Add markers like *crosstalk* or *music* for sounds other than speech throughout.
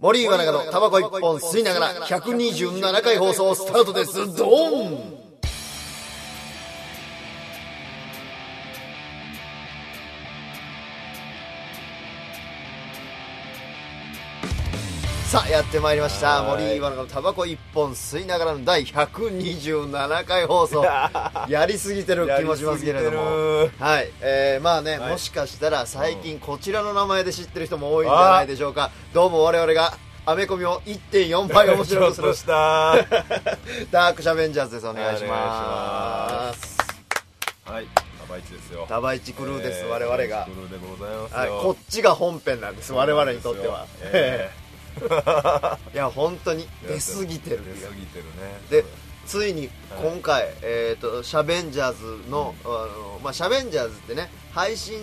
森岩中のタバコ一本吸いながら127回放送スタートですドーンさあやってまいりましたはい森岩中のタバコ一本吸いながらの第127回放 *laughs* 送やりすぎてる気もしますけれどもやりすぎてるはいえー、まあね、はいもしかしたら最近こちらの名前で知ってる人も多いんじゃないでしょうかどうも我々がアメコミを1.4倍面白くす *laughs* ちょっるとしたはいダークシャベンジャーズですお願いしますタバイチですよタバイチクルーです、えー我々タがバイチ、クルーでございますはい、よこっちが本編なんです我々にとっては、えいや本当にー出過ぎてるっていう出過ぎてるねでついに今回、えー、とシャベンジャーズの,、あのまあ、シャベンジャーズってね配信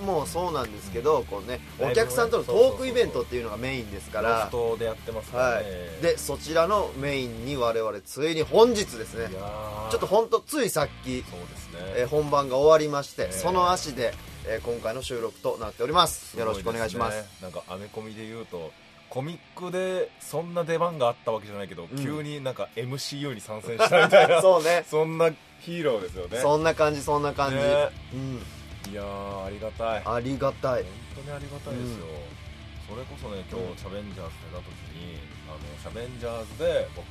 もそうなんですけど、こうね、ライブおね客さんとのトークイベントっていうのがメインですかロらフ、トでやってますからはねい、でそちらのメインに我々ついに本日ですねいやーちょっと本当ついさっき、そうですねえー本番が終わりまして、えーその足で、えー今回の収録となっておりますよろしくお願いします *laughs* ごですねなんかアメコミで言うとコミックでそんな出番があったわけじゃないけど、ん急になんか MCU に参戦したみたい *laughs* なそうねそんなヒーローですよねそんな感じそんな感じ、ねうんいやーありがたい本ありがたい当にありがたいですよ、それこそね今日シャベンジャーズ出た時にあのシャベンジャーズで僕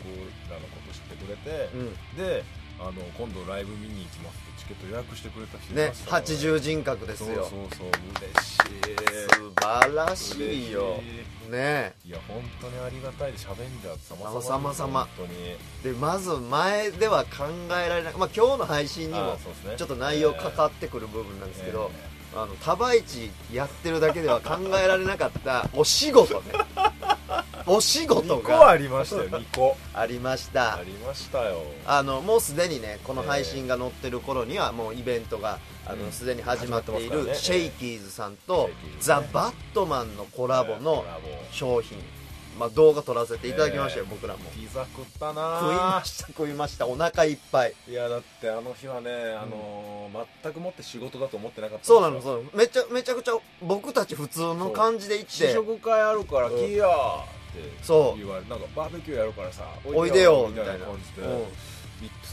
らのこと知ってくれて、うんであの今度ライブ見に行きますってチケット予約してくれた人いねましたから80人格ですそうよそうそう嬉しい素晴らしいよ嬉しいねいや本当にありがたいでしゃべんじゃう様々様々本当にでまず前では考えられなく、まあ、今日の配信にあもーそうですねちょっと内容かかっってくる部分なんですけど、えあの多倍市やってるだけでは考えられなかったお仕事 *laughs* ねお仕事2個がありましたよ2個ありましたありましたよあのもうすでにねこの配信が載ってる頃にはもうイベントがあうのんすでに始まってい始まっるてますシからェねイキーズさんとシェイキーズねザ・バットマンのコラボのコラボ商品、まあ、動画撮らせていただきましたよ、えー僕らもピザ食った食いまなした食いましたお腹いっぱいいやだってあの日はね、あのー全くもって仕事だと思ってなかったんですそようなのそうなのめちゃめちゃくちゃ僕たち普通の感じで行って試食会あるからうん来いよってそう言われてなんかバーベキューやるからさおいでよみみたたいいなな感じで *laughs* うんいっ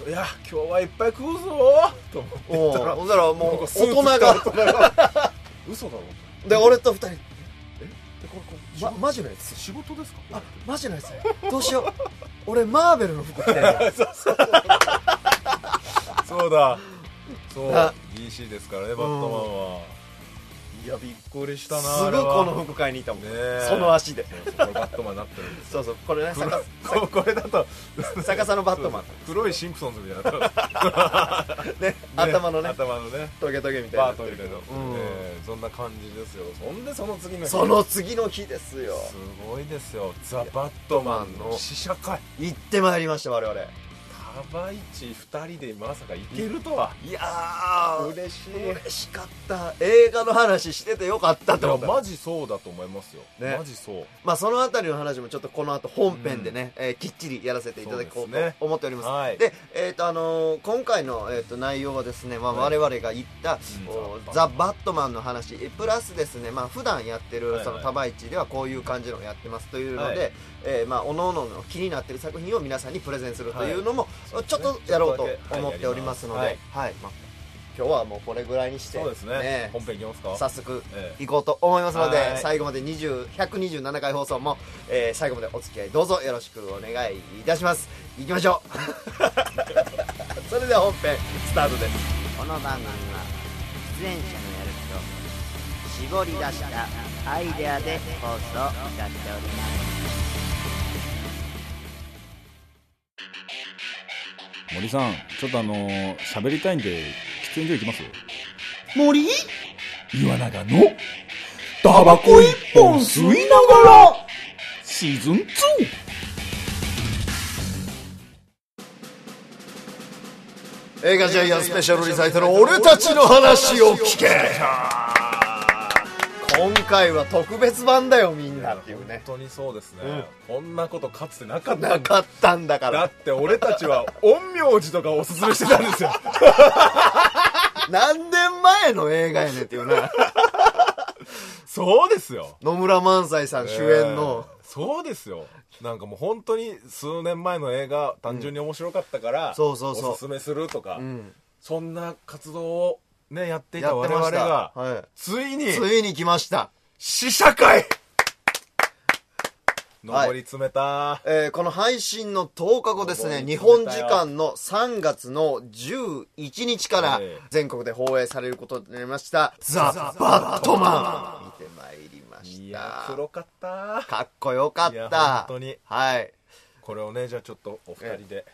いや今日はいっぱい食うぞーと思っておう行ったらほんだらなんもうか大スーツ人着たが大人が *laughs* 嘘だろで俺と二人でこれこれま、マジのやつ仕事ですかあマジのやつどうしよう俺マーベルの服着てるそうだそうあ DC ですからねバットマンはいやびっくりしたなすあぐれはこの服買いに行ったもん、ねえその足でそうそうこれバットマンになってるんですそうそうこれねこ逆れこれだと逆さのバットマンそう黒いシンプソンズみたいになってるね *laughs* 頭のね頭のねトゲトゲみたいになバーってトみるたけいなど、うんええそんな感じですよそんでその次の日その次の日ですよすごいですよザ・バットマンの試写会行ってまいりました我々タバイチ2人でまさか行けるとはいやー嬉し嬉しかった映画の話しててよかったってでも思ったマジそうだと思いますよ、ねマジそうまあ、そのあたりの話もちょっとこの後本編でね、えーきっちりやらせていただこそううですねと思っておりますはいで、えーとあのー今回の、えー、と内容はですね、まあ、はい我々が言った「おうんザ・バットマン」の話えプラスですね、まあ普段やってはいるはいその多倍市ではこういう感じのをやってますというので、はえーまあ各々の気になってる作品を皆さんにプレゼンするというのも、はいちょっそうとですねやろうちょっとだけと思っておりますので、ははいいまあ今日はもうこれぐらいにしてそうですねね本編いきますか早速ええ行こうと思いますので、はい最後まで20 127回放送も、えー最後までお付き合いどうぞよろしくお願いいたします行きましょう *laughs* それでは本編スタートですこの番組は出演者のやる気と絞り出したアイデアで放送いたしております森さんちょっとあのー喋りたいんで喫煙所行きます森岩永のタバコ一本吸いながらシーズン 2! 映画ジャイアンスペシャルリサイタル俺たちの話を聞け今回は特別版だよみんなっていうね本当にそうですね、うんこんなことかつてなかったなかったんだかだらって俺たちは陰陽師とかおすすめしてたん *laughs* ですよ何年前の映画やねんっていうなそうですよ野村萬斎さん主演の、えーそうですよなんかもう本当に数年前の映画単純に面白かったから、そうそうそうおすすめするとか、うんそんな活動をねやっていやたっ我てま々した、が、はついにい、ついに来ました、試写会はい上り詰めた、えーこの配信の10日後ですねもう日本時間の3月の11日からええ全国で放映されることになりました「ザ・バットマン」見てまいりまいしやた黒かったかっこよかっいやた本当にはいこれをねじゃあちょっとお二人で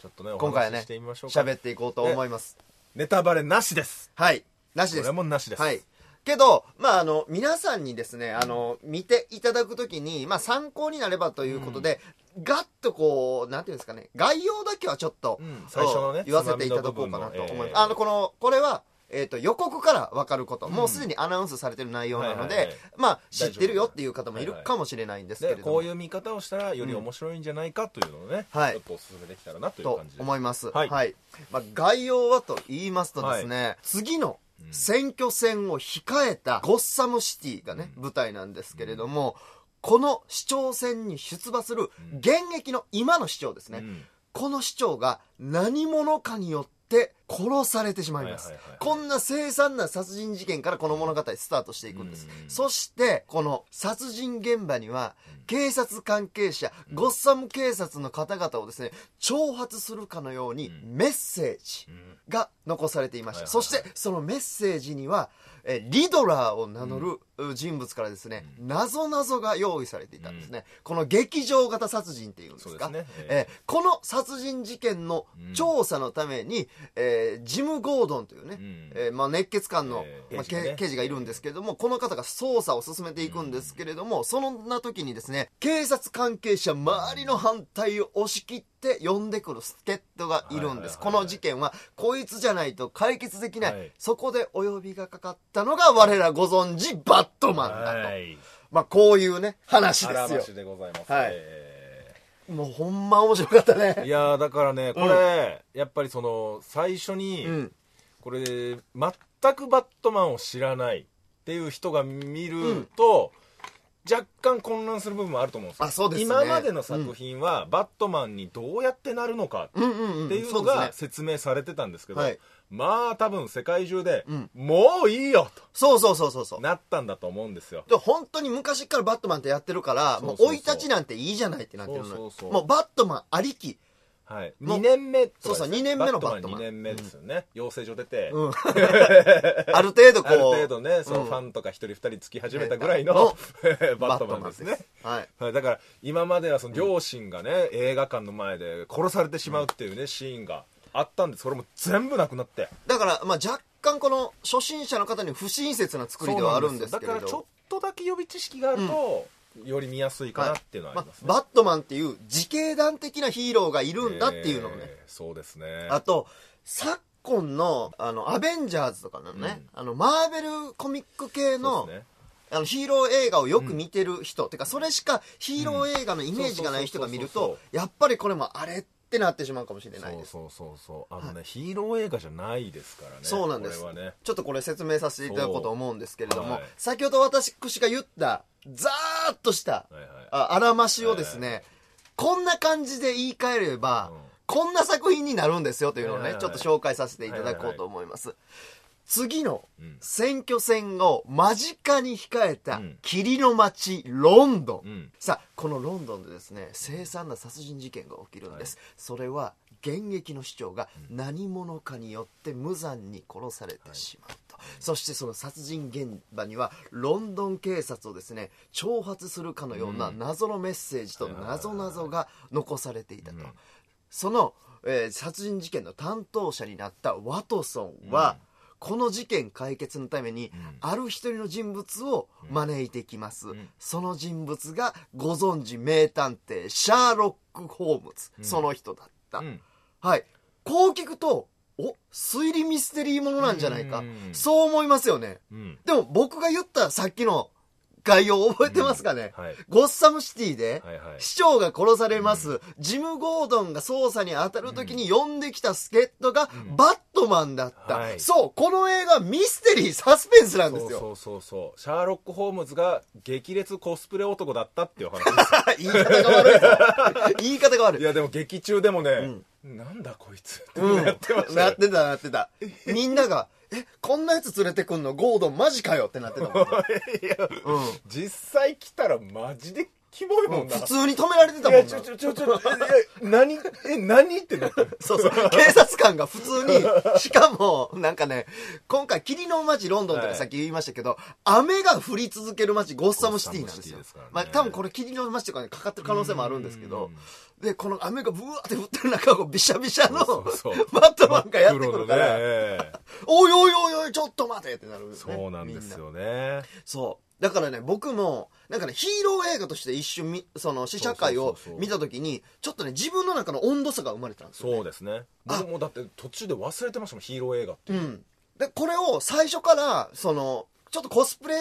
ちょっとねお今回は話しねしてみましょうか喋っていこうと思いますネタバレなしですはいなしですこれもなしですはい。けど、まあ、あの、皆さんにですね、あの、見ていただくときに、まあ、参考になればということで、ガッとこう、なんていうんですかね、概要だけはちょっと、うん最初のね言わせていただこうかなと思います。つまみの部分のあの、この、これは、えっと予告から分かること、もうすでにアナウンスされてる内容なので、はいはいはいまあ、知ってるよっていう方もいるかもしれないんですけれでども、こういう見方をしたらより面白いんじゃないかというのをね、うんはいちょっとお勧めできたらなというと感じで思います。は。はいいまあ、概要はと言いますとですね、次の選挙戦を控えたゴッサムシティがね、舞台なんですけれども、この市長選に出馬する現役の今の市長ですね、うんこの市長が何者かによって殺されてしまいます、はいはいはいこんな凄惨な殺人事件からこの物語スタートしていくんです、うんそしてこの殺人現場には警察関係者、ゴッサム警察の方々をですね挑発するかのようにうんメッセージうんが残されていました、はいはいはそいしてそのメッセージにはえーリドラーを名乗るう人物からですね、謎々が用意されていたんですね、この劇場型殺人っていうんですそうでかすねえーこの殺人事件の調査のために、えージム・ゴードンというね、うんえーまあ、熱血漢の、えーまあ、刑事がねけ刑事がいるんですけれどもこの方が捜査を進めていくんですけれども、そんな時にですね警察関係者周りの反対を押し切って呼んでくる助っ人がいるんです、はいはいはいはいこの事件はこいつじゃないと解決できない、はいそこでお呼びがかかったのが我らご存知バットマンだと、はいまあ、こういうね話あでらすよましでございます、はいえもうほんま面白かったーいねやーだからねこれ、やっぱりその最初に、うんこれ全くバットマンを知らないっていう人が見ると、若干混乱する部分もあると思うんですよあそうですね今までの作品は、バットマンにどうやってなるのかうんうんうんっていうそのですねが説明されてたんですけど、はいまあ多分世界中で、うんもういいよそうそうそうそうそとう。なったんだと思うんですよで本当に昔からバットマンってやってるから、そうそうもうそう生い立ちなんていいじゃないってなってるのそようそうそうもうバットマンありき。はい、もう2年目とかですそねうそう二年目のバットマン2年目ですよね、養成所出て、 *laughs* うんある程度こう。ある程度ねそのうんファンとか一人二人つき始めたぐらいの、 *laughs* バットマンですねバットマンですはい。はい、だから今まではその両親がね、映画館の前で殺されてしまうっていうね、シーンがあったんですそれも全部なくなってだから、まあ若干この初心者の方に不親切な作りではあるんですけれだからちょっど。とだけ予備知識があると、より見やすいかなっていうのはあまりますね、バットマンっていう自警団的なヒーローがいるんだっていうのをね、えーそうですねあと昨今のあのアベンジャーズとかのね、あのマーベルコミック系そのうですねあのヒーロー映画をよく見てる人、てかそれしかヒーロー映画のイメージがない人が見るそうそうそうとやっぱりこれもあれってなってしまうかもしれないそうですそうそうそうあのね、ヒーロー映画じゃないですからねそうなんですこれはねちょっとこれ説明させていただこうと思うんですけれども、はい先ほど私が言ったザーッとした、はいはああらましをですね、こんな感じで言い換えれば、うんこんな作品になるんですよというのをね、はいはいちはょっいと紹介させていただこうと思います、次の選挙戦を間近に控えたうん霧の街ロンドン、うんさあこのロンドンでですね凄惨な殺人事件が起きるんです、それは現役の市長が何者かによって無残に殺されてしまうと、そしてその殺人現場にはロンドン警察をですね挑発するかのような謎のメッセージと謎々が残されていたと、その、えー殺人事件の担当者になったワトソンは、この事件解決のために、ある一人の人物を招いてきます、んその人物がご存知名探偵シャーロック・ホームズ、その人だった、うんはいこう聞くとお推理ミステリーものなんじゃないか、うんそう思いますよねうんでも僕が言ったさっきの概要覚えてますかね、はいゴッサムシティで、はいはい市長が殺されます、ジム・ゴードンが捜査に当たる時に呼んできた助っ人が、バットマンだった、はいそう、この映画ミステリー、サスペンスなんですそよ。うそうそうそうシャーロック・ホームズが激烈コスプレ男だったっていう話 *laughs* で *laughs* す言い方が *laughs* 悪いぞ。言い方が悪いい。やでも劇中でもね、なんだこいつってうんやってましたなよ、ってた、なってた。みんなが、え、こんなやつ連れてくんのゴードンマジかよってなってたもん。 *laughs* いやう実際来たらマジでキモいもんん。な、普通に止められてたいもやんちなょ。ちょちょちょえ何え何ってなった *laughs* のそうそう。 *laughs* 警察官が普通に、しかも、なんかね、今回、霧の街ロンドンとはかいさっき言いましたけど、雨が降り続ける街、ゴッサムシティなんですよゴッサムシティですからね。まあ、多分これ霧の街とかにかかってる可能性もあるんですけど、で、この雨がブワーって降ってる中、こうビシャビシャのそうそうバットマンがやってくるか黒のねら、ええおいおいおいおい、ちょっと待てってなるよね。そうなんですみな。よねそう。だからね、僕も、なんかね、ヒーロー映画として一瞬み、その、試写会をそうそうそうそう見たときに、ちょっとね、自分の中の温度差が生まれたんですよ、ね。そうですねあ僕もだって途中で忘れてましたもんヒーロー映画ってう、いうんでこれを最初からそのちょっとコスプレ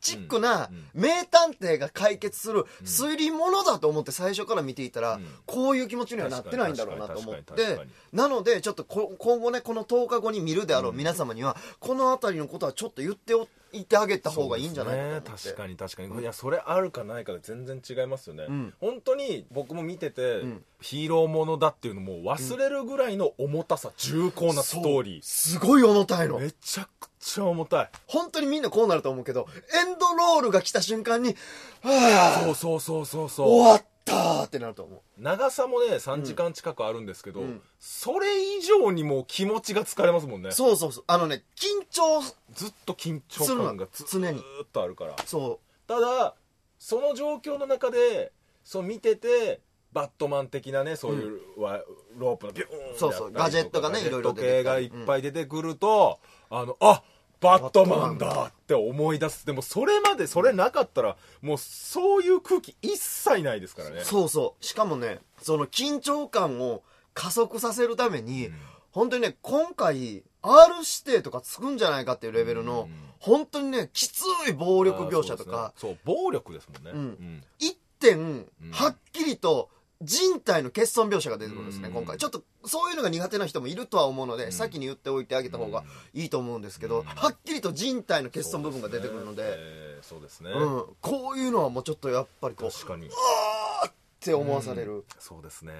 チックなうん名探偵が解決する推理ものだと思って最初から見ていたら、うんこういう気持ちにはなってないんだろうなと思っ確かに確てかに確かなのでちょっとこ今後ねこの10日後に見るであろう皆様には、この辺りのことはちょっと言ってお言ってあげた方がいいんじゃないかなと思ってそうですね確かに確かに、いやそれあるかないかで全然違いますよね、ん本当に僕も見てて、んヒーローものだっていうのも忘れるぐらいの重たさ、重厚なストーリーすごい重たいのめちゃくちゃ重たい本当にみんなこうなると思うけどエンドロールが来た瞬間に「はそうそうそうそうあそう終わった!」ってなると思う長さもね3時間近くあるんですけど、うんそれ以上にもう気持ちが疲れますもんねそうそうそう。あのね、緊張、ずっと緊張感がずするの常にずーっとあるからそただその状況の中でそう見ててバットマン的なねそういう、わロープのビューンってそうそうやガったりとかジェットがねいろいろ時計が出ていっきたりぱい出てくると、あのあバットマンだって思い出すでもそれまでそれなかったらもうそういう空気一切ないですからねう。そうそう。しかもね、その緊張感を加速させるために、本当にね、今回、R 指定とかつくんじゃないかっていうレベルの、うん本当にね、きつい暴力描写とあか、ーそうですねそう暴力ですもんね、うん一点、はっきりと、人体の欠損描写が出てくるんですね、うん今回。ちょっと、そういうのが苦手な人もいるとは思うので、先に言っておいてあげた方がいいと思うんですけど、うんはっきりと人体の欠損部分が出てくるので、そうですね,えー、そうでうすねん、こういうのはもうちょっとやっぱりこう、確かにって思わされる。そうですね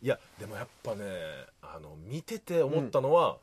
いやでもやっぱねあの見てて思ったのは、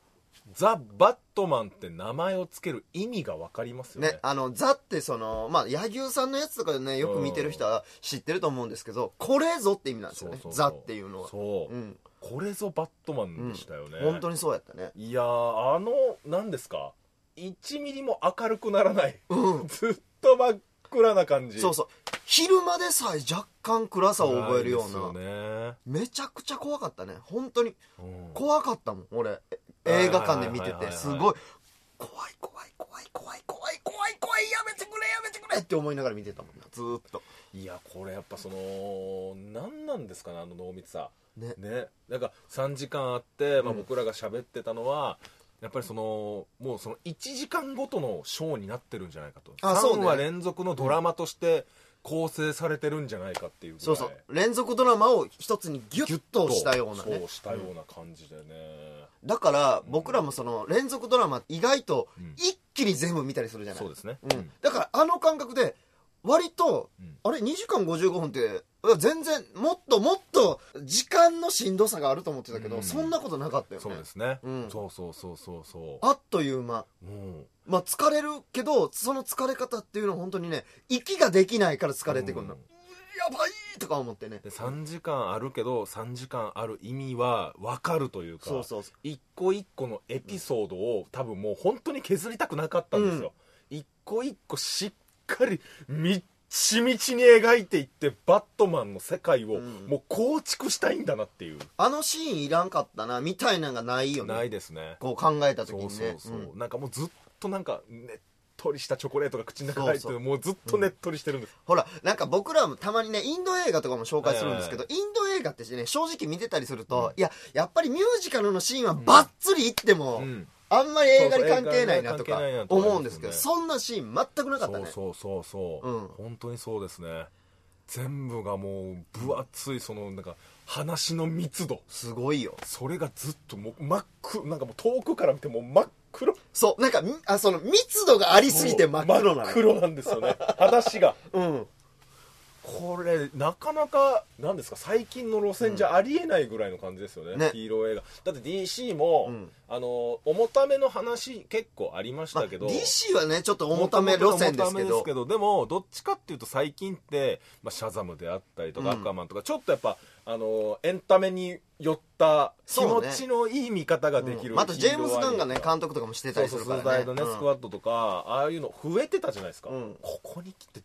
ザ・バットマンって名前をつける意味が分かりますよねね、あの、ザってその、まあ、柳生さんのやつとかでね、よく見てる人は知ってると思うんですけど、これぞって意味なんですよね。そうそうそうザっていうのは。そう、ん。これぞバットマンでしたよね、本当にそうやったね。いやーあの何ですか1ミリも明るくならない、 *laughs* ずっと真っ暗な感じそうそう。昼間でさえ若干暗さを覚えるような。暗いですよねめちゃくちゃ怖かったね。本当に。うん怖かったもん、俺。え映画館で見てはいはいはいて、はいすごい。怖い怖い怖い怖い怖い怖い怖いやめてくれやめてくれって思いながら見てたもんなずーっといやこれやっぱその何なんですかねあの濃密さねなんか3時間あって、まあ、うん僕らが喋ってたのは、やっぱりそのもうその1時間ごとのショーになってるんじゃないかとあそうね3話連続のドラマとして構成されてるんじゃないかっていうぐらいそうそう連続ドラマを一つにギュッとしたようなねそうしたような感じでね、だから僕らもその連続ドラマ意外とうん一気に全部見たりするじゃない、そうですね、うんだからあの感覚で割と、うんあれ2時間55分って全然もっともっと時間のしんどさがあると思ってたけど、うんそんなことなかったよねそうですね、うんそうそうそうそうそうあっという間うんまあ疲れるけどその疲れ方っていうのは本当にね息ができないから疲れてくるの、うんやばいとか思ってねで3時間あるけど3時間ある意味は分かるというかそうそうそう一個一個のエピソードを多分もう本当に削りたくなかったんですよ、一個一個しっかりみっちみちに描いていってバットマンの世界をうんもう構築したいんだなっていう、あのシーンいらんかったなみたいなのがないよねないですねこう考えた時そにうねそうそう、うんなんかもうずっとなんかねっとりしたチョコレートが口の中に入ってそうそるもうずっとねっとりしてるんです、ほら、なんか僕らもたまにね、インド映画とかも紹介するんですけど、はインド映画ってね、正直見てたりすると、いや、やっぱりミュージカルのシーンはバッツリいっても、うんあんまり映画に関係ないなとそうかそう映画には関係ないなとか思うんですけどですそんなシーン全くなかったそうねそうそうそう、うん本当にそうですね全部がもう分厚いそのなんか話の密度すごいよそれがずっともう真っ黒なんかもう遠くから見てもう真っ黒そうなんかみあその密度がありすぎて真っ黒なの真っよ黒なんですよね話がうんこれなかなかなんですか最近の路線じゃありえないぐらいの感じですよね,、ねヒーロー映画だって DC も、うんあの重ための話結構ありましまあたけど、 DC はねちょっと重ため路線ですけ重ためどでもどっちかっていうと最近って、まあ、シャザムであったりとか、うんアクアマンとかちょっとやっぱあのエンタメに寄った気そう持ねちのいい見方ができうる、んまたジェームズ・ガンがね監監督とかもしてた督りそするうそかうスらタねイドね、うんスクワットとかああいうの増えてたじゃないですか、うんここに来て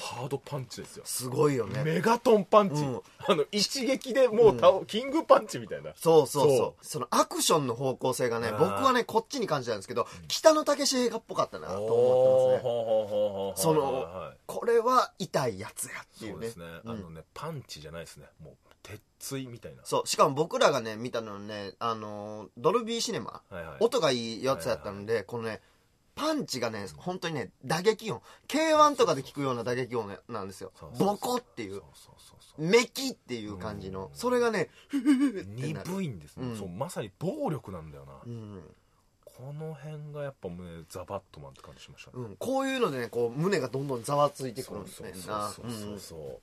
ハードパンチですよすごいよねメガトンパンチ、うんあの一撃でもう倒、キングパンチみたいなそうそうそうそそのアクションの方向性がねあー僕はねこっちに感じたんですけど北野武映画っぽかったなと思ってますね思そのはいこれは痛いやつやっていそううでねすね、うんあのねパンチじゃないですねもう鉄槌みたいなそうしかも僕らがね見たのはねあのードルビーシネマはいはい音がいいやつやったのでこのねパンチがね本当にね打撃音 K1 とかで聞くような打撃音なんですよそうそうそうボコっていそううそうそうメキっていう感じのそれがねそう鈍いんですね、うんそうまさに暴力なんだよな、うんこの辺がやっぱねザ・バットマンって感じしましたね、うん、こういうのでねこう胸がどんどんざわついてくそるんうですそねうんそなうそううんそ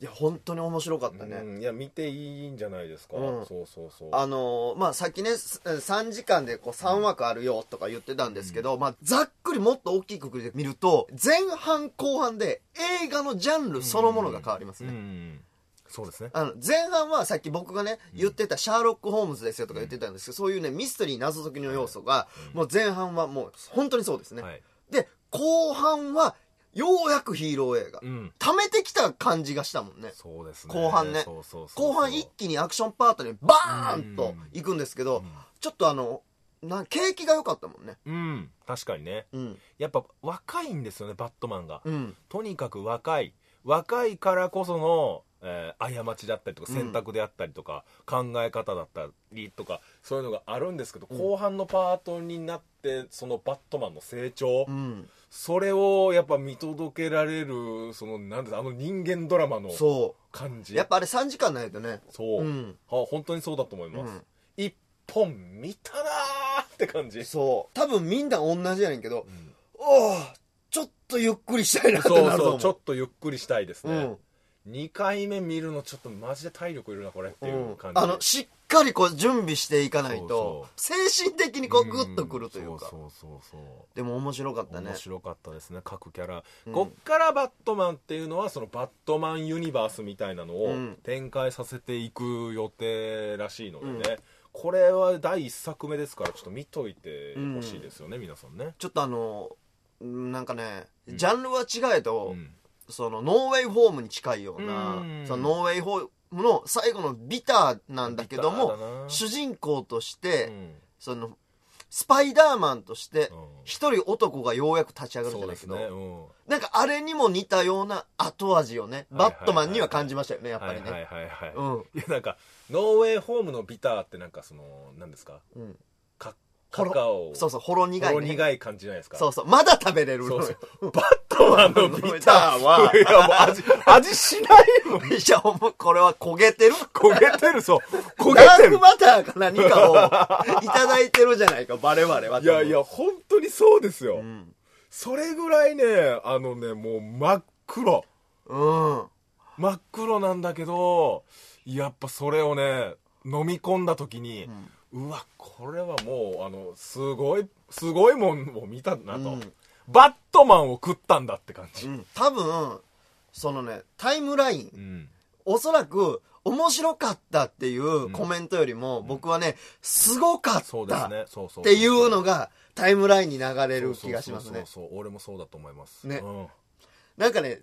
いや本当に面白かっう、たね、うんいや見ていいんじゃないですか、うんそうそうそうあのーまあさっきねす3時間でこう3枠あるよとか言ってたんですけど、まあ、ざっくりもっと大きくくりで見ると前半後半で映画のジャンルそのものが変わりますね、うんそうですねあの前半はさっき僕がね言ってた「シャーロック・ホームズですよ」とか言ってたんですけど、そういうねミステリー謎解きの要素が、もう前半はもう本当にそうですね、はいで後半はようやくヒーロー映画、うん溜めてきた感じがしたもんねそうですね後半ねそうそうそう後半一気にアクションパートにバーンと行くんですけど、ちょっとあのな景気が良かったもんねうん確かにねうんやっぱ若いんですよねバットマンが、うんとにかく若い若いからこその、えー過ちだったりとかうん選択であったりとか、考え方だったりとかそういうのがあるんですけど、後半のパートになってそのバットマンの成長、うんそれをやっぱ見届けられるそのなんですあの人間ドラマのそ感うじやっぱあれ3時間ないとねそうう、んは本当にそうだと思います、うん一本見たなーって *laughs* 感じそう多分みんな同じやねんけど、おーちょっとゆっくりしたいなってそうなるとそ思ううちょっとゆっくりしたいですうねん、二2回目見るのちょっとマジで体力いるなこれっていう感じ、あのしっかりこう準備していかないと精神的にこうグッとくるというか、んそうそうそうそうでも面白かったね面白かったですね各キャラ、こっからバットマンっていうのはそのバットマンユニバースみたいなのうをん展開させていく予定らしいのでね、これは第一作目ですからちょっと見といてほしいですよね、皆さんねちょっとあのなんかねジャンルは違えど、うんそのノーウェイホームに近いようなうんそのノーウェイホームの最後のビターなんだけどビターだもな主人公としうて、んそのスパイダーマンとしてうん一人男がようやく立ち上がるんじゃなそうでいけすど、ね、うん、なんかあれにも似たような後味をね、はいはいはいはいバットマンには感じましたよねやっぱりね、はいはいはいはい、うんいやなんかノーウェイホームのビターってなんかその何ですかうんかほカろカオそうそうほろ苦い、ほね、ろ苦い感じじゃないですかそうそうまだ食べれるのそようそうバットマンのビターはビいやもう味 *laughs* 味しないも *laughs* んいやお前これは焦げてる焦げてるそう焦ダげークてるバターか何かをいただいてるじゃないかバレバレはいやいや本当にそうですよ、んそれぐらいねあのねもう真っ黒うん真っ黒なんだけどやっぱそれをね飲み込んだ時に、うわこれはもうあのすごいすごいもんを見たなうと、んバットマンを食ったんだって感じ、うん多分そのねタイムライン、うんおそらく面白かったっていうコメントよりも、僕はねすごかっそうでたすっねそうそうていうのがタイムラインに流れる気がしますねそうそうそうそう俺もそうだと思いますねうんなんかね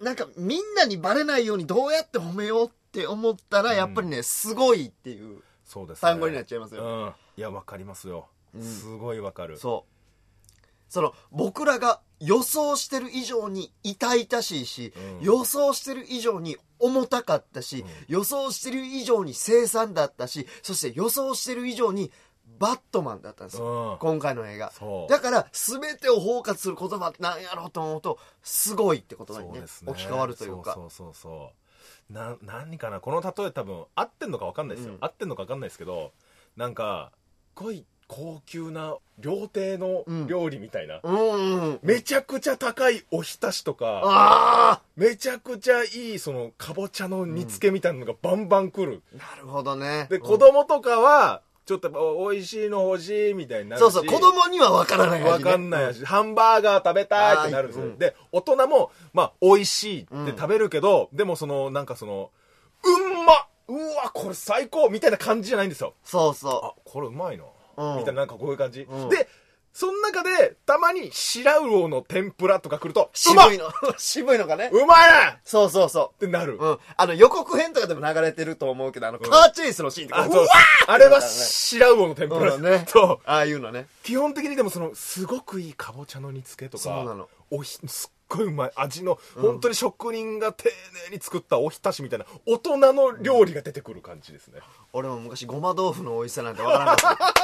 なんかみんなにバレないようにどうやって褒めようって思ったらやっぱりね、すごいっていうそうです、ね、単語になっちゃいますよねうん、いやわかりますよ、すごいわかるそうその僕らが予想してる以上に痛々しいし、うん予想してる以上に重たかったし、予想してる以上に凄惨だったしそして予想してる以上にバットマンだったんですうんよ。今回の映画そ。うだから、全てを包括する言葉なんやろうと思うと、すごいって言葉にね、置き換わるというか。そうそうそうそうな何かなこの例え多分合ってんのか分かんないですよ、うん合ってんのか分かんないですけどなんかすごい高級な料亭の料理みたいな、うんうん。めちゃくちゃ高いおひたしとかあめちゃくちゃいいそのかぼちゃの煮付けみたいなのがバンバン来る、あなるほどね。でうん子供とかはちょっとやっぱお美味しいの欲しいみたいになるしそうそう、子供にはわからないわ味ねかんない味、ハンバーガー食べたいってなるんですよ、はいうんで大人もまあ美味しいって食べるけど、でもそのなんかそのうんまうわこれ最高みたいな感じじゃないんですよそうそあこれうまいな、うんみたいななんかこういう感じ、うんでその中でたまに白魚の天ぷらとか来るとう。うま渋いの。 *laughs* 渋いのがね。うまいなっそうそうそてなる、う。うん。あの、予告編とかでも流れてると思うけど、あの、カーチェイスのシーンとか、あうそうわあれは白魚の天ぷらでそす、うだね。 *laughs* そうああいうのね。基本的にでもそのすごくいいかぼちゃの煮付けとかそうなのおひすっごいうまい味の、本当に職人が丁寧に作ったおひたしみたいな大人の料理が出てくる感じですね、俺も昔ごま豆腐の美味しさなんてわからなか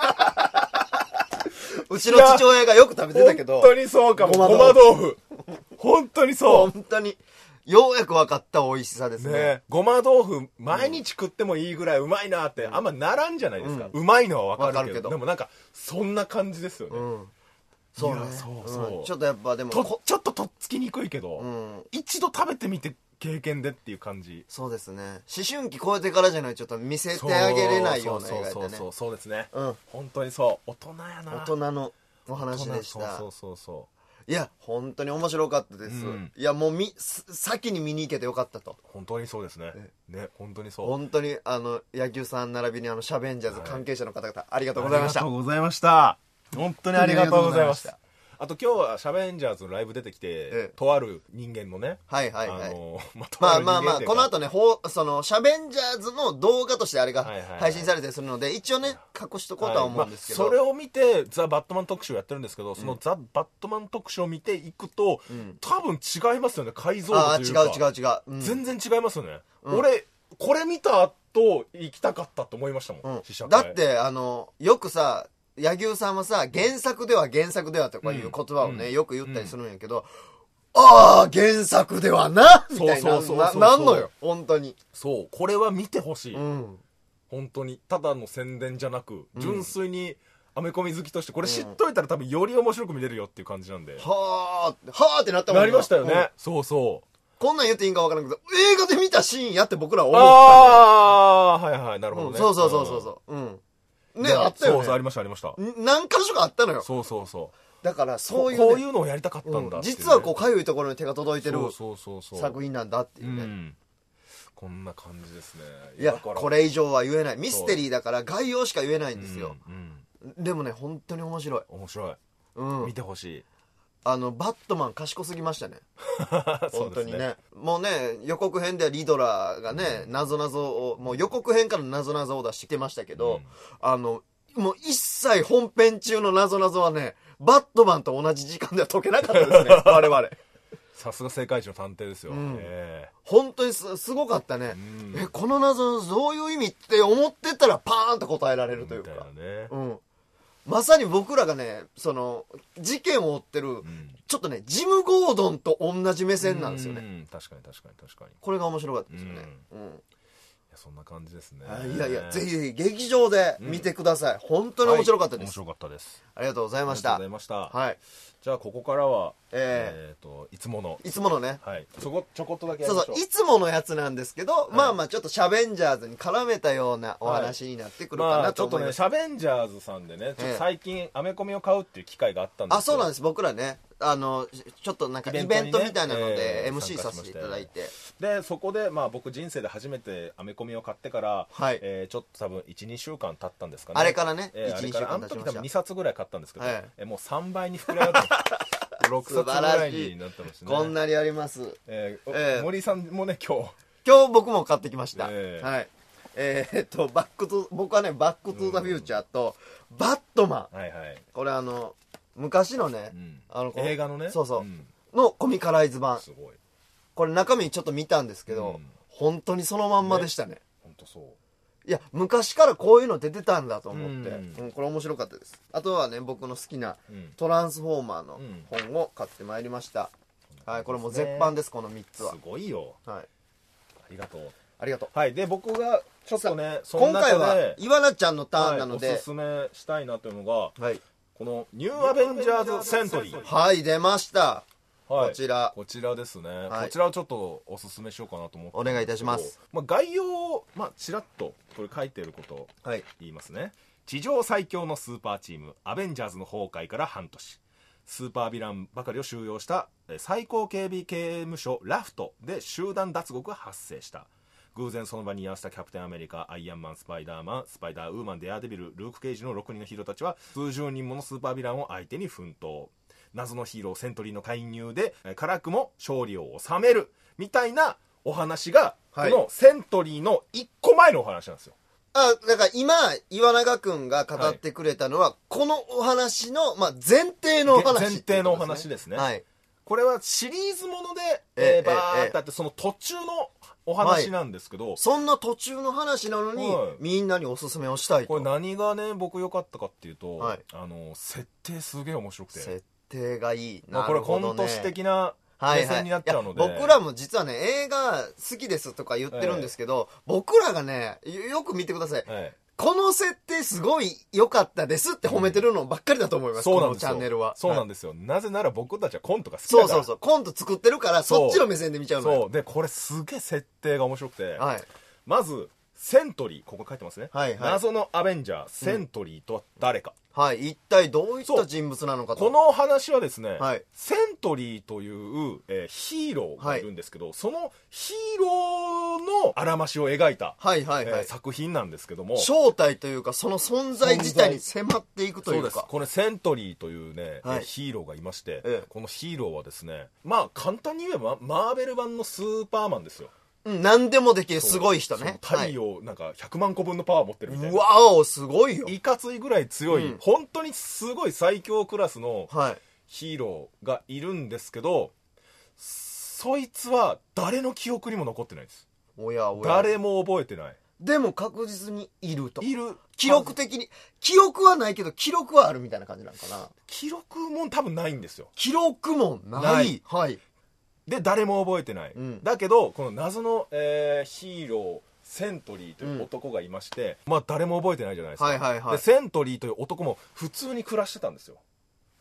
*laughs* った。うちの父親がよく食べてたけど、本当にそうかもごごま豆ま腐豆腐本当にそう本当に、ようやく分かった美味しさですねね。ごま豆腐毎日食ってもいいぐらいうまいなってあんまならんじゃないですか、うまいのは分かわかるるけどけどでもなんかそんな感じですよね、うん。そういねや。そうそううんちょっとやっぱでも、とこちょっととっつきにくいけど、うん一度食べてみて経験でっていう感じそうですね。思春期超えてからじゃないとちょっと見せてあげれないような映画そだねうそうそうそ。うそうですね、うん本当にそう大人やな大人のお話でし大人たそ。うそうそうそういや、本当に面白かったですうん。いや、もうみ、す先に見に行けてよかったと。本当にそうですねねね本当にそう本当に、あの、野球さん並びにあの、シャベンジャーズ関係者の方々、ありがとうございあまりしがたと。うございました本当にありがとうございましあたあと今日はシャベンジャーズのライブ出てきて、えとある人間のねはいはいはいあのまあとまああるまあまあ、人間っていうこかの後ね、ほう、その、シャベンジャーズの動画としてあれがはいはいはい配信されたりするので、一応ね、隠しとこうとは思うんですけど。はいまあそれを見てザ・バットマン特集をやってるんですけどそのザ・バットマン特集を見ていくと、多分違いますよね解像ああ、度と違いううか違う違う。うん全然違いますよね、俺これ見た後行きたかったと思いましたもん、試写うん、だ会ってあのよくさ柳生さんもさ原作では原作ではとかいう言葉をね、よく言ったりするんやけど、ああ原作ではなみたいそなうそうそうなそうなんのよ本当にそうこれは見てほしい、うん本当にただの宣伝じゃなく純粋にアメコミ好きとしてこれ知っといたら多分より面白く見れるよっていう感じなんで、はあはあってなったもんなりましたよね、うんそうそうこんなん言っていいんか分からんけど映画で見たシーンやって僕らは思ったああーはいはいなるほのうどんね、そうそうそうそうそううんねうんあったよそうそうあねりましたありましたん何箇所かあったのよそうそうそうだからそういう,、ねここういうのをやりたかったんだうんっていね実はこうかゆいところに手が届いてるそうそうそうそう作品なんだっていううね、んこんな感じですねいや、だからこれ以上は言えない。ミステリーだから概要しか言えないんですよ。うんうんでもね、本当に面白い。面白いうん見。てほしいあの、バットマン賢すぎましたね。 *laughs* 本そうで当すにね。もうね、予告編ではリドラーがね、謎々を、もう予告編から謎々を出してきてましたけど、あの、もう一切本編中の謎々はね、バットマンと同じ時間では解けなかったですね、 *laughs* 我々。さすが世界一の探偵ですよ、んえ本当にすすごかったね。うんえ、この謎々どういう意味って思ってたらパーンと答えられるえというみたいなか。ね、うん、まさに僕らがねその事件を追ってる、んちょっとねジム・ゴードンと同じ目線なんですよね、うん確かに確かに確かにいこれが面白かったですよね、うんやそんな感じですねあいやいやぜひぜひ劇場で見てください、本当に面白かったです、はい面白かったですありがとうございましあたりがとうございました、はいじゃあここからはええーといつものいつものねはいちょこちょこっとだけやそりうましょうそういつものやつなんですけど、まあまあちょっとシャベンジャーズに絡めたようなお話になってくるかまなあちとょっと思いねます、シャベンジャーズさんでねちょっと最近アメコミを買うっていう機会があったんですあそうなんでです僕らねあのちょっとなんかイイベベントにねントみたいなのでえー MC させていただいて、すでそこでまあ僕人生で初めてアメコミを買ってから、はいえーちょっと多分12週間経ったんですかねあれからねえーあ12れ週からあ間の経ち時ま多した分2冊ぐらい買ったんですけど、はいえーもう3倍に膨れ上がって *laughs* ます6冊素ぐ晴ららいしいになってますねこんなにありますえーおえー森井さんもね今日今日僕も買ってきました、ええはいえーっとバックトゥ僕はねバックトゥーザフューチャーと、バットマンはいはい、これあの昔のね、うんあのこ映画のねそうそう、んのコミカライズ版すごいこれ中身ちょっと見たんですけど、うん本当にそのまんまでしたね本当そういや昔からこういうの出てたんだと思って、ううんこれ面白かったですあとはね僕の好きなうん「トランスフォーマー」のうん本を買ってまいりました、はいこれもうそ絶うですね版ですこの3つすはごいよはいありがとうありがとうはいで僕がちょっとねその今中で回はイワナちゃんのターンなのはいお、ですすめしたいなというのがはい、この「ニューアベンジャーズ・セントリー」はい、出ました。はいこちらこちらですね、はいこちらをちょっとおすすめしようかなと思ってお願いいたします、まあ、概要を、まあ、ちらっとこれ書いてることをはい。言いますね地上最強のスーパーチームアベンジャーズの崩壊から半年スーパーヴィランばかりを収容したえー最高警備刑務所ラフトで集団脱獄が発生した偶然その場に居合わせたキャプテンアメリカアイアンマンスパイダーマンスパイダーウーマンデアデビルルーク・ケイジの6人のヒーローたちは数十人ものスーパーヴィランを相手に奮闘謎のヒーローセントリーの介入でえー辛くも勝利を収めるみたいなお話が、はいこのセントリーの1個前のお話なんですよあ、なんか今、岩永くんが語ってくれたのは、このお話の、まあ、前提のお話、前提のお話ですねはい。これはシリーズもので、えええええー、バーってあって、その途中のお話なんですけど、そんな途中の話なのに、はいみんなにおすすめをしたいと。これ何がね、僕良かったかっていうと、はいあの、設定すげえ面白くて。設定がいい。まあ、なこるれほコど、ね。ント師的なはい目はい線になっちゃうので。いや僕らも実はね、映画好きですとか言ってるんですけど、僕らがね、よよく見てください。はいこの設定すごい良かったですって褒めてるのばっかりだと思います、そうこなんのですチよ。ャンネルは。そうなはいんですよ。なぜなら僕たちはコントが好きだそかうら。そうそう。コント作ってるから、そそうっちの目線で見ちゃうのよ。そうで、これすげえ設定が面白くて。はい。まず、セントリー、ここ書いてますね。はいはい謎のアベンジャー、セントリーとは誰か。はい。一体どういった人物なのかと。この話はですね、はいセントリーという、えーヒーローがいるんですけど、そのヒーローのあらましを描いた、はいはいはえーい。作品なんですけども正体というか、その存在自体に迫っていくといそううですか。これセントリーというね、はいえーヒーローがいまして、ええこのヒーローはですねまあ簡単に言えばマーベル版のスーパーマンですようん、何でもできる、すごい人ね。その太陽、なんか100万個分のパワー持ってるみたはいい。なうわお、すごいよ。いかついぐらい強い、うん本当にすごい最強クラスのはい。ヒーローがいるんですけどそいつは誰の記憶にも残ってないですおやおや。誰も覚えてないでも確実にいると。いる記録的に、記憶はないけど、記録はあるみたいな感じなのかな。記録も多分ないんですよ記録もない。ないはい。で誰も覚えてない、うんだけどこの謎の、えーヒーローセントリーという男がいまして、まあ誰も覚えてないじゃないですか、はいはいはいでセントリーという男も普通に暮らしてたんですよ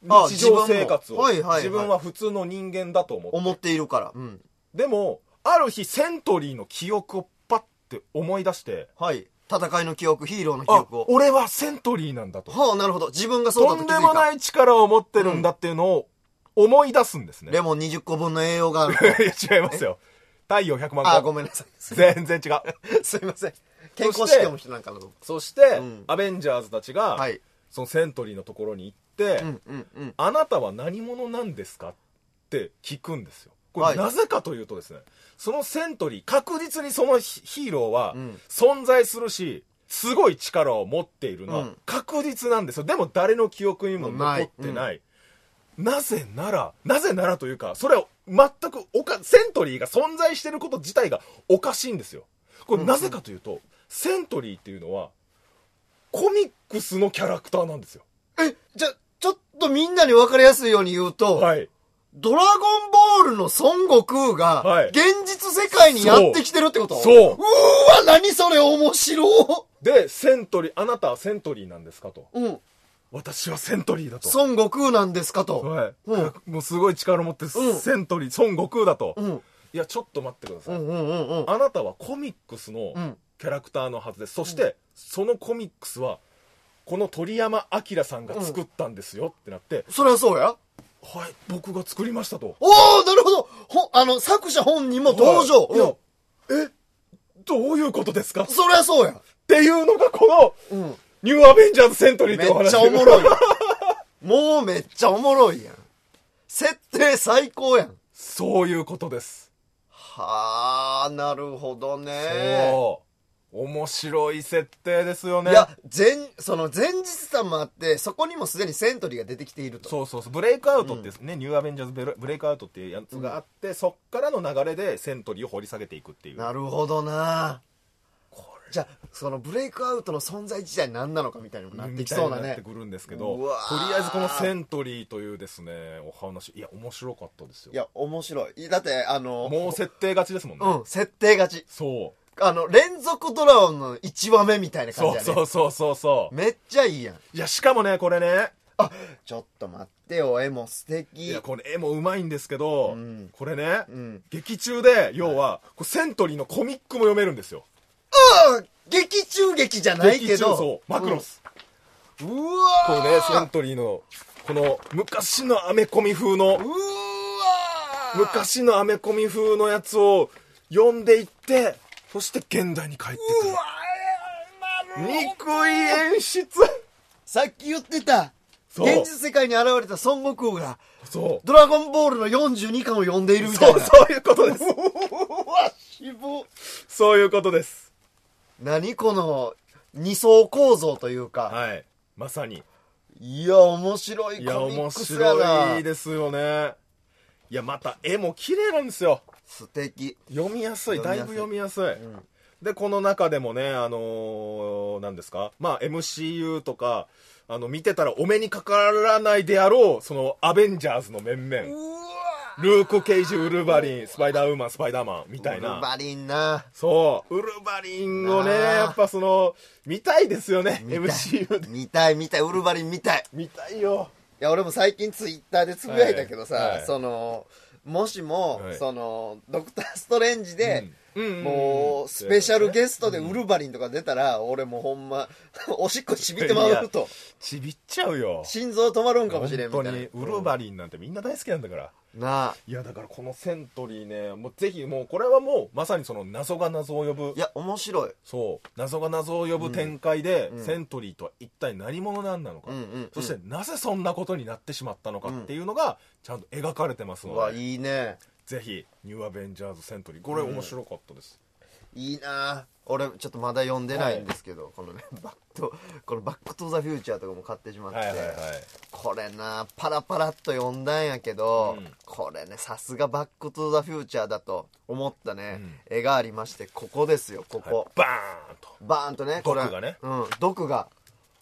あ日常生活自分をもはいはいはい自分は普通の人間だと思って思っているから。うん。でもある日セントリーの記憶をパッて思い出してはい。戦いの記憶、ヒーローの記あ憶を。俺はセントリーなんだとはあ、なるほど。自分がそうだととん気づでいた。もない力を持ってるんだっていうのを思い出すんですね。。レモン20個分の栄養があるいや、違いますよ。太陽100万個。あ、ごめんなさい。 *laughs* 全然違う。すいません。健康試験の人なんかなと。そして、うんアベンジャーズたちが、はい。そのセントリーのところに行って、うんうんうん。あなたは何者なんですかって聞くんですよ。こはいれなぜかというとですね、そのセントリー、確実にそのヒヒーローはうん存在するし、すごい力を持っているのうはん確実なんですよ。でも誰の記憶にも残ってなない。なぜなら、なぜならというか、それは全くおか、セントリーが存在してること自体がおかしいんですよ。これなぜかというと、セントリーっていうのは、コミックスのキャラクターなんですよ。え、じゃ、ちょっとみんなに分かりやすいように言うと、はい。ドラゴンボールの孫悟空が、はい現実世界にやってきてるってことそうそううーわ、何それ面白で、セントリー、あなたはセントリーなんですかと。うん。私はセントリーだと。孫悟空なんですかと。はい、うんもうすごい力を持って、んセントリー、孫悟空だと。ういん。や、ちょっと待ってくださうい。んうんうんうん。あなたはコミックスのうんキャラクターのはずです。そして、そのコミックスは、この鳥山明さんが作ったんですよってなって、そりゃそうや。はい、僕が作りましたと。おおなるほどほ、あの、作者本人も登場、はいいやえ、どういうことですかっうんそりゃそうや。ていうのが、この、うん。ニューアベンジャーズセントリーってめいうお話っちゃおもろい。もうめっちゃおもろいやん。設定最高やん。 *laughs* そういうことです。はあ、なるほどね。そう面白い設定ですよねいや、前、その前日さもあって、そこにもすでにセントリーが出てきていると。そうそうそうブレイクアウトってね、ニューアベンジャーズブレブレイクアウトっていうやつがあって、そっからの流れでセントリーを掘り下げていくっていうなるほどな。こじゃあそのブレイクアウトの存在自体何なのかみたいにもなってきそうなみたいになっねてくるんですけどうわーとりあえずこのセントリーというですねお話いや面白かったですよいや面白いだってあのもう設定勝ちですもんね、うん設定勝ちそうあの連続ドラゴンの1話目みたいな感じそやねうそうそうそうそうめっちゃいいやんいやしかもねこれねちょっと待ってよ絵も素い敵やこの絵もうまいんですけうど、んこれね、うん劇中で要は、こうセントリーのコミックも読めるんですようん劇中劇じゃないけ劇中どそうマクロス、うんうこわれねセントリーのこの昔のアメコミ風うのわ昔のアメコミ風のやつを読んでいってそして現代に帰ってくる憎い演出さっき言ってたそう現実世界に現れた孫悟空がそうドラゴンボールの42巻を読んでいるみたいそうなそういうことですうわ渋っ *laughs* そういうことです何この二層構造というか、はいまさにい、や面白いコいミや面ックスやな白いですよねいやまた絵も綺麗なんですよ素敵読みやすいだ読みいやすいぶ読みやすい、んでこの中でもねあの何、なんですかまあ MCU とかあの見てたらお目にかからないであろうそのアベンジャーズの面々ルーク・ケイジウルヴァリンスパイダーウーマンスパイダーマンみたいウルなバリンなそうウルヴァリンをねなあやっぱその見たいですよね見たい MCU で見たい見たいウルバリン見たい見たいよいや俺も最近ツイッターでつぶやいたけどさ、はいはいそのもしも、はいそのドクター・ストレンジで、うんうんうんもうスペシャルゲストでウルバリンとか出たら、俺もうほんま *laughs* おしっこちびってまうとちびっちゃうよ心臓止まるんかもしれんみた本い当なにウルヴァリンなんてみんな大好きなんだから、なあいやだからこのセントリーねもうぜひもうこれはもうまさにその謎が謎を呼ぶいや面白いそう謎が謎を呼ぶ展開で、うんセントリーとは一体何者なんなのか、うんうんうんそしてなぜそんなことになってしまったのかっていうのがちゃんと描かれてますうのわで、いいねぜひ「ニューアベンジャーズセントリー」これ面白かったです、いいなあ俺ちょっとまだ読んでないんですけど、このねバックトこのバックトゥザフューチャーとかも買ってしまって、はいはいはいこれなパラパラっと読んだんやけど、うんこれねさすがバックトゥザフューチャーだと思ったね、絵がありましてここですよここ、はいバーンとバーンとねこれ毒がねうん毒が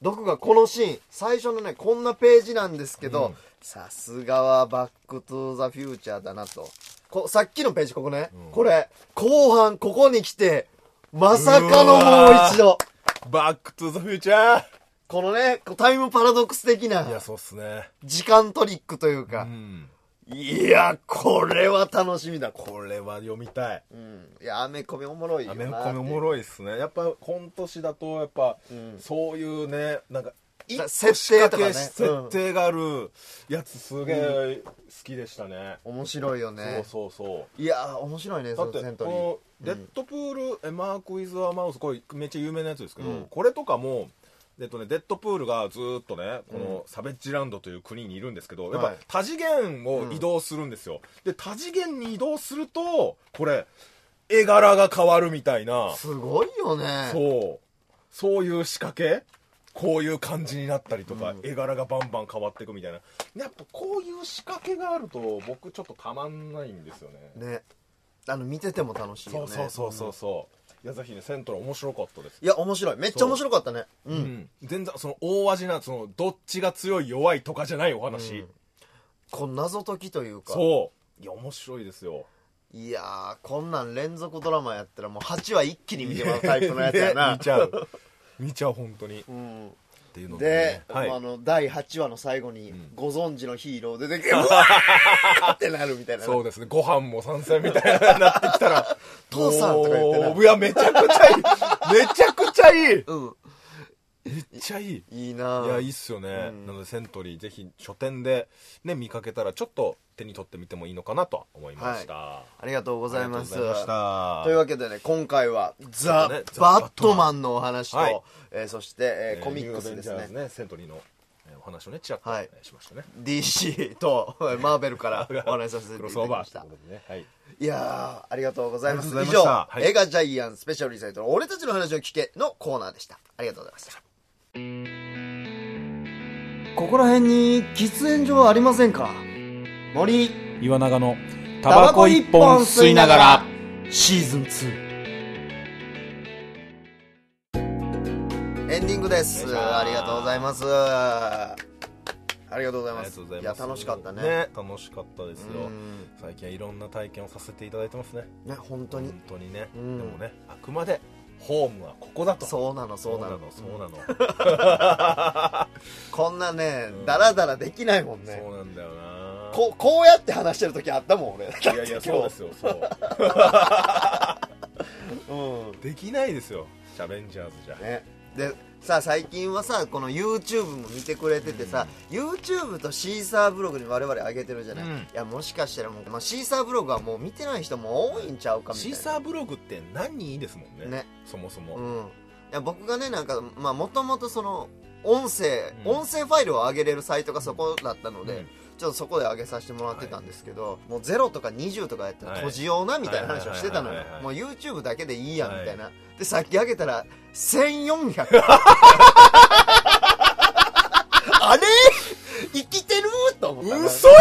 毒がこのシーン最初のねこんなページなんですけど、さすがはバックトゥザフューチャーだなとこさっきのページここね、これ後半ここに来てまさかのうもうわー一度バック・トゥ・ザ・フューチャーこのねこうタイムパラドックス的ないやそうっすね時間トリックといううか、んいやこれは楽しみだこれは読みたいうんいやアメコミおもろいよアなメコミおもろいっすねやっぱ今年だとやっぱ、んそういうねなんか一個設定とかね仕掛けうん設定があるやつすげえ好きでしたね、面白いよねそうそうそういや面白いねだそっのてセントリーこのレッドプール、えマーク・ウィズ・ア・マウスこれめっちゃ有名なやつですけど、うんこれとかもえっとね、デッドプールがずーっとねこのサベッジランドという国にいるんですけどやっはぱい多次元を移動するんですよ、で多次元に移動するとこれ絵柄が変わるみたいなすごいよねそうそういう仕掛けこういう感じになったりとか、うん絵柄がバンバン変わっていくみたいなやっぱこういう仕掛けがあると僕ちょっとたまんないんですよねねあの見てても楽しいよそねうそうそうそうそういやぜひねセントラ面白かったですいや面白いめっちゃ面白かったねう、うんん全然その大味なそのどっちが強い弱いとかじゃないお話、うんこの謎解きというかそういや面白いですよいやーこんなん連続ドラマやったらもう8話一気に見てまうタイプのやつやね *laughs* な、見ちゃう見ちゃう本当にっうん、ていうのでで、、はいもうあの第8話の最後に、ご存知のヒーロー出てきてうわー *laughs* ってなるみたいなねそうですねご飯も参戦みたいななってきたら父さんとか言ってなもういやめちゃくちゃいいめちゃくちゃいいめっうんちゃいいいいないいやいいっすよね、うんなのでセントリーぜひ書店で、ね、見かけたらちょっと手に取ってみてもいいのかなとは思いました、ありがとうごございますありがとうございましたというわけでね今回はザ・ちょっとねザバットマンのお話と、はいえーそして、えーえーコミックスですニューアベンねジャーズねセントリーのえーお話をねちらっとはいえーしましたね DC と *laughs* えーマーベルからお話しさせていクただきロスオーバまーしといたうことでねはいいやーありがとうございますあり以がと上、うございましたはい映画ジャイアンスペシャルリサイトの俺たちの話を聞けのコーナーでしたありがとうございましたここら辺に喫煙所はありませんか森岩永のタバコ一本吸いながらシーズン2エンディングですお願いしますありがとうございますありがとうございあまりがすとうございいまやす楽しかったね楽しかったですようん最近はいろんな体験をさせていただいてますねね本当に本当にね、うんでもねあくまでホームはここだとそうなのそそううななののそうなの、こんなねうんダラダラできないもん *laughs* ねそうなんだよなこうこうやって話してる時あったもん俺いやいやそうですよそ *laughs* ううんできないですよシャベンジャーズじゃ、ね、でさあ最近はさこの YouTube も見てくれててさ、YouTube とシーサーブログに我々上げてるじゃない、うんいやもしかしたらもう、まあ、シーサーブログはもう見てない人も多いんちゃうかみたいシーなサーブログって何人いいですもんねねそもそも、うんいや僕がねなんかまあもともとその音声、うん音声ファイルを上げれるサイトがそこだったので、うんちょっとそこで上げさせてもらってたんですけど、もう0とか20とかやったら閉じようなみたいな話をしてたのよはいはいはいもうは YouTube だけでいいやみはいたいな、でさっき上げたら1400 *laughs* あれ生きてると思ったな嘘や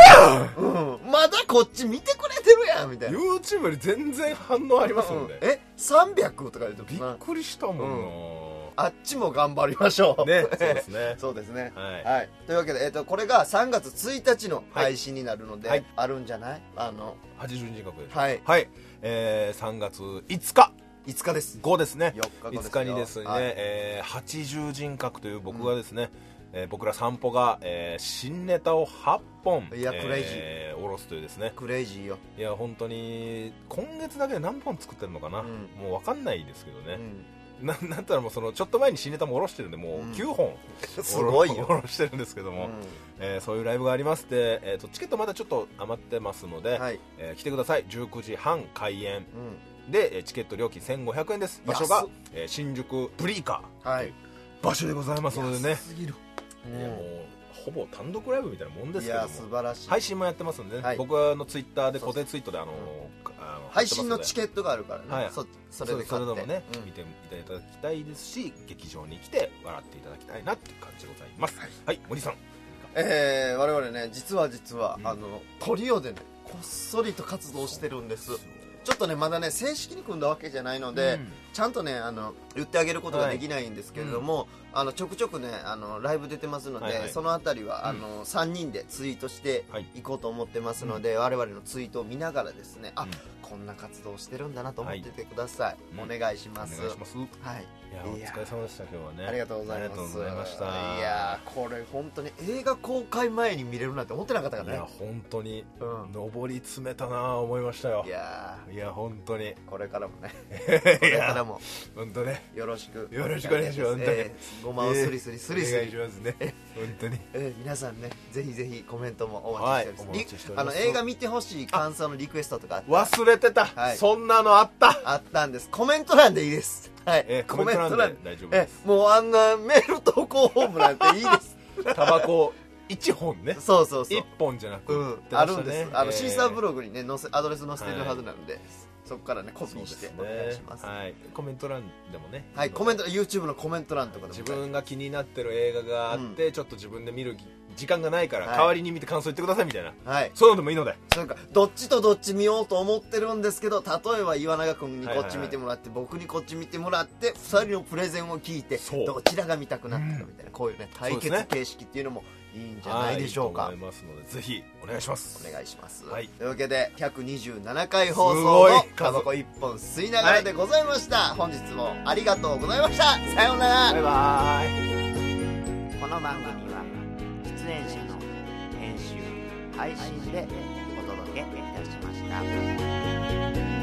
んうん、まだこっち見てくれてるやんみたいな YouTube より全然反応ありますもんねうんえ300とか言うとびっくりしたもんあっちも頑張りましょうな、ねそうですね *laughs* そうですねはい、 *laughs* はい、というわけで、えっとこれが3月1日の配信になるので、はいあるんじゃないあの、 80人格でしょはい、はい、えー、3月5日5日です5ですね4日後ですよ5日にですね、はいえー、80人格という僕がですね、えー僕ら散歩が、えー新ネタを8本いやクレイジーえー下ろすというですねクレイジーよ、いや本当に今月だけで何本作ってるのかな、うんもう分かんないですけどね、うななんたらもうそのちょっと前に新ネタも下ろしてるんでもううん9本、ん、*laughs* *laughs* すごいよ、下ろしてるんですけどうも、んえーそういうライブがありまして、えーとチケットまだちょっと余ってますので、はいえー来てください19時半開演うでえーチケット料金1500円です場所安がっ、えー新宿ブリーカん、はい、ー場所でございますのでねすぎる、いやもうほぼ単独ライブみたいなもんでいすけどやも素晴らしい、配信もやってますんでね、はい僕はあのツイッターで固定ツイートであのあの配信のチケッケットがあるからね、はいそそトれで買ってそれでもね、うん見ていただきたいですし劇場に来て笑っていただきたいなっていう感じでございますはい、森さんえー、我々ね実は実は、うんあのトリオでねこっそりと活動してるんですちょっとねまだね正式に組んだわけじゃないので、うんちゃんとねあの言ってあげることができないんですけれども、あのちょくちょくねあのライブ出てますので、はいはいそのあたりは、うんあの3人でツイートしてはいいこうと思ってますので、我々のツイートを見ながらですねあ、うんこんな活動してるんだなと思っててください、はいお願いしおます願いしますいはいやいおや疲れ様でした今日はねありがとうございますありがとうございましたいやーこれ本当に映画公開前に見れるなんて思ってなかったかいらやね本当にうん上り詰めたなあ思いましたよいやいや本当にーこれからもねこ *laughs* いれかやらも本当ねよろしくよろしくお願いしますええごまをスリスリスリスおリ願いしますね *laughs* 本当にえー皆さんねぜひぜひコメントもお待ちしております,はリ、いお待ちしておりあまのす映画見てほしい感想のリクエストとかあ忘れてた、はいそんなのあったあったんですコメント欄でいいですはい、えーコメント欄で大丈夫ですえーもうあんなメール投稿フォームなんていいです *laughs* タバコ1本ねそうそうそ1う本じゃなく、う売んってあまるしたんねですあの、えシーサーブログにね載せアドレス載せてるはずなんで、そこからねコピそーうでしてすおね願いしますはい、はい、コメント欄でもねコメント YouTube のコメント欄とかでも自分が気になってる映画があって、ちょっと自分で見る時間がないから、はい代わりに見て感想言ってくださいみたいなはいそういうのでもいいのでそれかどっちとどっち見ようと思ってるんですけど例えば岩永君にこっち見てもらって、僕にこっち見てもらって2人のプレゼンを聞いてそうどちらが見たくなったかみたいな、こういうね対そうです決ね形式っていうのもいいんじゃないでしょうか、はいいいと思いますのでぜひお願いしますお願いします、はいというわけで127回放送すごいの「数タバコ一本吸いながら」でございました、本日もありがとうございましたさようならバイバイこの番組は出演者の編集配信でお届けいたしました。